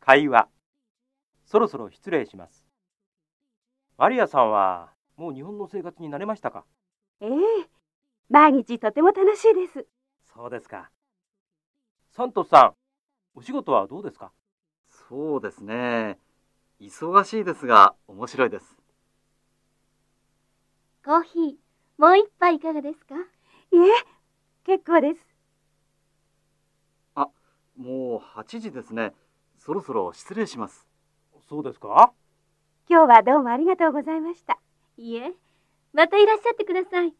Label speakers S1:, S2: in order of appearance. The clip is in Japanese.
S1: 会話そろそろ失礼しますマリアさんはもう日本の生活に慣れましたか
S2: ええ毎日とても楽しいです
S1: そうですかサントスさんお仕事はどうですか
S3: そうですね。忙しいですが、面白いです。
S4: コーヒー、もう一杯いかがですか
S2: いえ結構です
S3: もう8時ですね。そろそろ失礼します。
S1: そうですか
S2: 今日はどうもありがとうございました
S4: いえ、またいらっしゃってください。